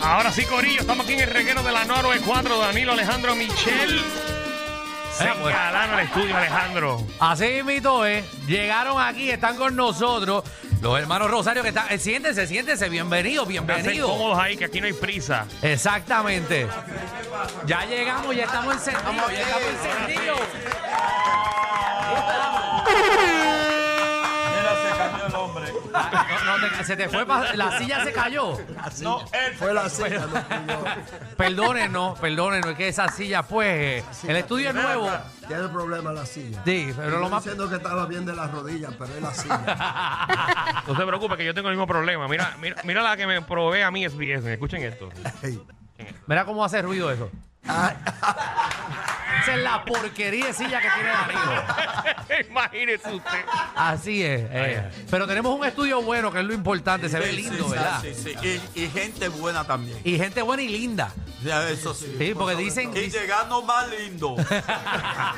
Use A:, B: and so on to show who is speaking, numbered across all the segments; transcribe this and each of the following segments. A: Ahora sí, Corillo, estamos aquí en el reguero de la 9-4, Danilo Alejandro Michel. Se
B: Eh, pues.
A: ganaron el estudio, Alejandro.
B: Así mito es. Llegaron aquí, están con nosotros los hermanos Rosario que están. eh, siéntense, siéntense. Bienvenidos,
A: Están
B: bienvenidos.
A: cómodos ahí, que aquí no hay prisa.
B: Exactamente. Ya llegamos, ya estamos encendidos, ya estamos encendidos.
C: Mira, se cayó el hombre.
B: Ah, no, no, te- se te fue, pa- la silla se cayó.
C: No, él.
D: Fue la cena, no fui yo.
B: Perdónenos, perdónenos, es que esa silla, pues, eh, el estudio es nuevo.
D: Tiene problema la silla.
B: Sí, pero lo
D: Estoy
B: más.
D: diciendo que estaba bien de las rodillas, pero es la silla.
A: No se preocupe, que yo tengo el mismo problema. Mira, mira, mira la que me provee a mí SBS. Escuchen esto.
D: Ey.
B: Mira cómo hace ruido eso.
C: Ah.
B: Esa es la porquería de silla que tiene Danilo.
A: Imagínese usted.
B: Así es. eh. Pero tenemos un estudio bueno, que es lo importante. Se ve lindo, ¿verdad?
C: Sí, sí. Y, y gente buena también.
B: Y gente buena y linda.
C: Ya, Eso sí.
B: Sí, porque dicen,
C: Y llegando más lindo.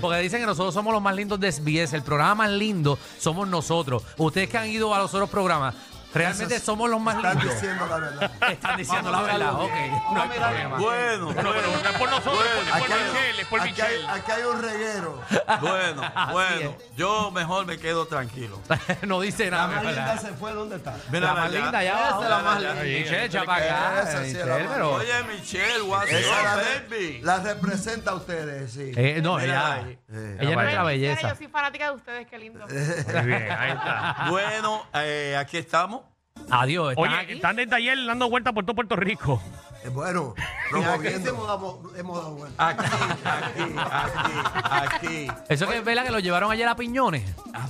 B: porque dicen que nosotros somos los más lindos de SBS. El programa más lindo somos nosotros. Ustedes que han ido a los otros programas, realmente
D: Esas-
B: somos los más
D: Están
B: lindos.
D: diciendo la verdad.
B: Están diciendo la verdad. Ok, no hay problema.
C: Bueno,
A: Bueno, pero
C: bueno,
A: no es por nosotros, es por- es por
D: hay-
A: Michelle, es por
D: aquí hay-
A: Michelle.
D: aquí hay un reguero.
C: bueno, bueno.
B: es.
C: Yo mejor me quedo tranquilo.
B: no dice
D: La
B: nada.
D: más linda
B: ¿verdad?
D: se fue, ¿dónde está?
C: Mira,
B: La más
C: allá.
B: linda, ya abajo.
C: Esa es la más linda.
A: Ahí,
B: Michelle,
A: ahí,
B: echa
A: ahí,
B: para acá,
D: esa sí es la
B: Michelle,
D: más
B: pero-
C: Oye, Michelle, what's
D: Esa la,
C: up,
D: re-
C: baby?
D: la representa a ustedes, sí.
B: Eh, no,
C: Mira
B: ella,
C: ahí.
D: Eh,
B: ella es nuestra
A: Bueno,
B: belleza.
E: Yo soy fanática de ustedes, qué lindo.
A: Muy bien, ahí está.
C: Bueno, eh, aquí estamos.
B: Adiós. ¿están
A: Oye,
B: aquí?
A: están desde ayer dando vueltas por todo Puerto Rico.
D: eh, bueno, promoviendo. Hemos dado, hemos dado vuelta.
C: Aquí, aquí, aquí, aquí.
B: Eso que es vela que lo llevaron ayer a Piñones.
C: Ah,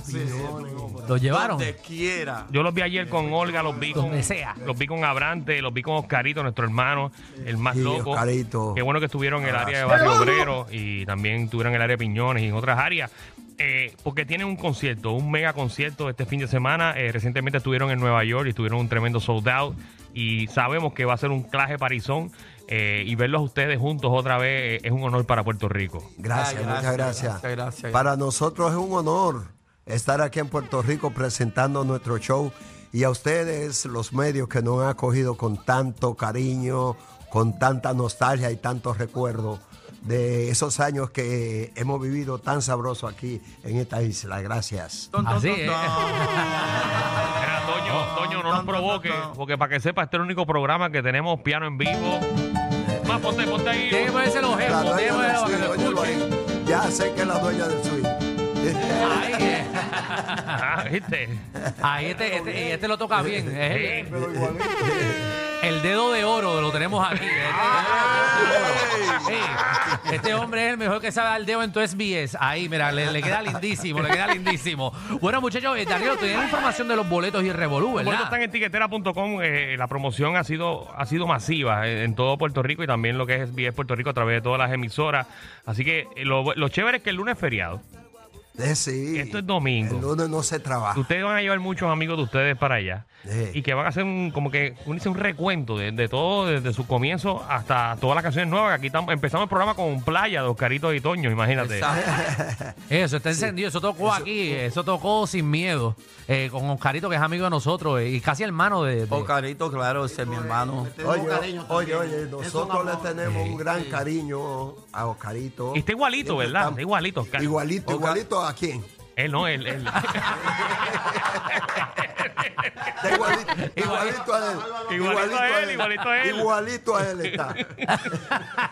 B: Lo llevaron.
C: Donde quiera.
A: Yo los vi ayer con Olga, los vi con,
B: Donde sea.
A: los vi con Abrante, los vi con Oscarito, nuestro hermano, el más
D: Sí,
A: loco.
D: Oscarito.
A: Qué bueno que estuvieron en el área de Barrio Obrero y también estuvieron en el área de Piñones y en otras áreas. eh, porque tienen un concierto, un mega concierto este fin de semana. Eh, recientemente estuvieron en Nueva York y tuvieron un tremendo sold out. Y sabemos que va a ser un claje parizón. eh, y verlos a ustedes juntos otra vez eh, es un honor para Puerto Rico.
D: Gracias,
C: Ay,
D: muchas
C: gracias,
D: gracias.
C: gracias, gracias.
D: Para nosotros es un honor estar aquí en Puerto Rico presentando nuestro show y a ustedes, los medios que nos han acogido con tanto cariño, con tanta nostalgia y tantos recuerdos de esos años que hemos vivido tan sabroso aquí en esta isla. Gracias.
C: Ton, ton,
B: Así
C: ton,
B: es.
C: ton.
A: Mira, Toño, Toño, no
C: no,
A: nos
C: no,
A: provoque,
C: no, no.
A: porque para que sepa, este es el único programa que tenemos piano en vivo. Más, ponte, ponte ahí.
B: Tiene que ponerse los
D: La
B: ejemplos, tiene que
D: dueña
B: ponerse
D: del
B: los
D: swing,
B: ejemplos.
D: óyelo ahí. Ya sé que es la dueña del swing.
B: Ahí, eh.
A: Ah, ¿viste?
B: Ahí este, este, y este lo toca bien. Es
A: Eh,
B: el, el dedo de oro lo tenemos aquí.
A: Ah,
B: Este, Sí. Este hombre es el mejor que sabe al dedo en tu SBS. Ahí, mira, le, le queda lindísimo, le queda lindísimo. Bueno, muchachos, eh, Danilo, tienen información de los boletos y el revolú,
A: Los boletos están
B: ¿verdad?
A: en tiquetera.com. eh, la promoción ha sido, ha sido masiva eh, en, todo Puerto Rico y también lo que es SBS Puerto Rico a través de todas las emisoras. Así que eh, lo, lo chévere es que el lunes es feriado.
D: Eh, sí.
A: Esto es domingo.
D: El lunes no se trabaja.
A: Ustedes van a llevar muchos amigos de ustedes para allá.
D: Sí.
A: Y que van a hacer un, como que un, un recuento de, de todo, desde su comienzo hasta todas las canciones nuevas. Que Aquí tam- empezamos el programa con Playa de Oscarito y Toño, imagínate.
C: Exacto.
B: Eso está encendido, eso tocó aquí, eso tocó sin miedo, eh, con Oscarito, que es amigo de nosotros eh, y casi hermano de. de-
C: Oscarito, claro, ese es mi hermano.
D: Oye, oye, oye, nosotros le tenemos un gran cariño a Oscarito.
A: Y está igualito,
D: Siempre
A: ¿verdad?
D: está
A: Está igualito, Oscar.
D: Igualito, igualito a quién.
A: Él Eh, no, él. él.
D: Está igualito, igualito a él.
A: Igualito a él, igualito a él.
D: Igualito a él está.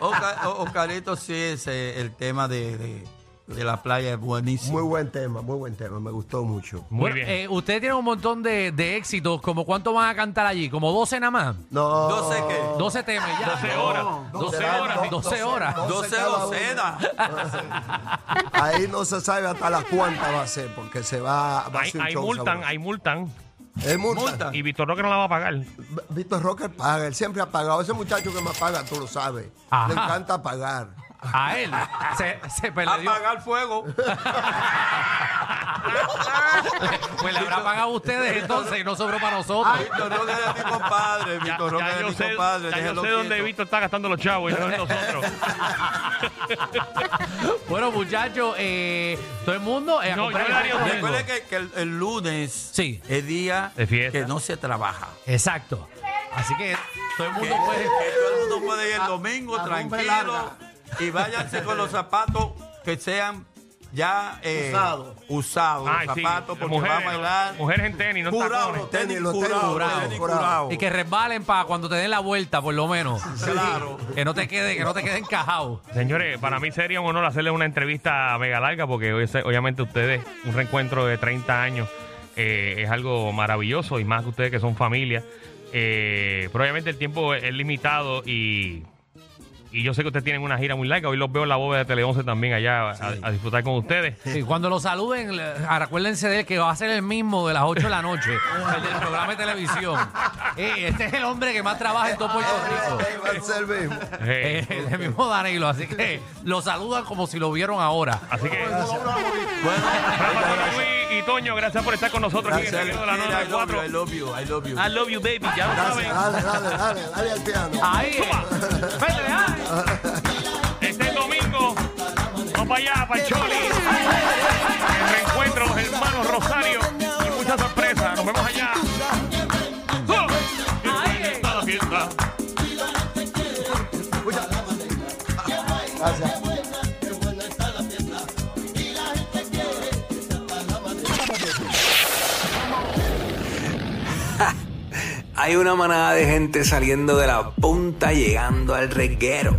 C: Oca- o- Oscarito, sí, es eh, el tema de, de- de la playa es buenísimo.
D: Muy buen tema, muy buen tema, me gustó mucho.
A: Muy
B: Bueno,
A: bien.
B: eh, ustedes tienen un montón de, de éxitos, como cuánto van a cantar allí, como 12 nada más.
D: No.
C: Yo sé que-
B: 12 temas ya.
A: 12 horas. 12
D: serán
A: horas.
D: do-
B: 12 horas.
C: 12
D: cada uno.
C: docenas.
D: Ahí no se sabe hasta la cuánta va a ser, porque se va, va a
A: Hay,
D: ser un
A: hay
D: show
A: multan,
D: sabroso.
A: hay multan.
D: Es multa.
C: multa.
A: Y Víctor Roque no la va a pagar.
D: V- Víctor Rocker paga, él siempre ha pagado. Ese muchacho que más paga, tú lo sabes.
B: Ajá.
D: Le encanta pagar.
B: A él se, se perdió.
C: Apagar fuego.
B: Pues le habrá pagado a ustedes entonces y no sobró para nosotros.
C: Víctor Roque es mi compadre.
A: Ya,
C: Víctor Roque
A: ya
C: es
A: yo
C: mi
A: sé, ya
C: compadre.
A: yo
C: déjelo
A: sé dónde
C: quieto.
A: Víctor está gastando los chavos y no en nosotros.
B: Bueno, muchachos, eh, todo el mundo. eh, a
A: No, yo
B: comprar el
A: le haría
B: boleto.
A: domingo.
C: Recuerde que, que el, el lunes
B: Sí.
C: es día
A: De fiesta.
C: que no se trabaja.
B: Exacto. Así que Todo el
C: Que,
B: mundo puede.
C: que todo el mundo puede ir el domingo
E: la bomba es
C: tranquilo y váyanse con los zapatos que sean ya eh,
E: Usados.
C: usados,
A: Ay,
C: los
A: sí,
C: zapatos porque
A: mujeres,
C: va a bailar.
A: Mujeres en tenis, no en
C: Curado,
A: tacones.
C: los tenis
D: los tenis
C: curados,
D: curados,
C: tenis
D: curados.
C: curados.
B: Y que resbalen para cuando te den la vuelta, por lo menos.
C: Claro.
B: Que no te quede, que no te quede encajado.
A: Señores, para mí sería un honor hacerle una entrevista mega larga porque hoy se- obviamente ustedes, un reencuentro de 30 años eh, es algo maravilloso y más que ustedes que son familia. Eh, pero obviamente el tiempo es, es limitado y, y yo sé que ustedes tienen una gira muy larga. Hoy los veo en la bóveda de Tele 11 también allá a- a, disfrutar con ustedes.
B: Y cuando lo saluden, le- acuérdense de él que va a ser el mismo de las 8 de la noche, el del programa de televisión. Eh, este es el hombre que más trabaja en todo Puerto Rico.
D: Va a ser mismo.
A: Eh,
B: Eh, el mismo Danilo, así que lo saludan como si lo vieron ahora.
A: así que,
C: Bueno,
A: Rafa, Luis y Toño, gracias por estar con nosotros aquí en
C: gracias,
A: el de la
C: Cristina, I love
A: 94.
C: you, I love you, I love you.
A: I love you, baby. Ya lo
D: Dale,
A: saben.
D: dale, dale, Ah, dale, dale al piano.
B: Ahí, eh. Vete, ahí.
A: Este domingo, vamos para allá, para el Choli. El reencuentro, los hermanos Rosario. Y muchas sorpresas. Nos vemos allá. ¡Oh! Está la fiesta.
D: Gracias.
F: Hay una manada de gente saliendo de la punta llegando al reguero.